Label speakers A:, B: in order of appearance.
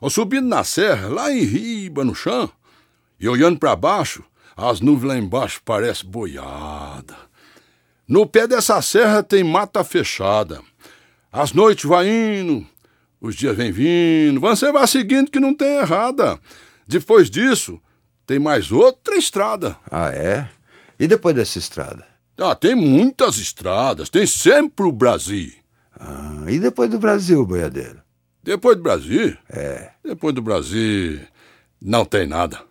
A: Eu subindo na serra, lá em riba, no chão, e olhando para baixo, as nuvens lá embaixo parecem boiada. No pé dessa serra tem mata fechada. As noites vai indo, os dias vem vindo, você vai seguindo que não tem errada. Depois disso, tem mais outra estrada.
B: Ah, é? E depois dessa estrada?
A: Ah, tem muitas estradas, tem sempre o Brasil.
B: Ah, e depois do Brasil, boiadeiro?
A: Depois do Brasil?
B: É.
A: Depois do Brasil, não tem nada.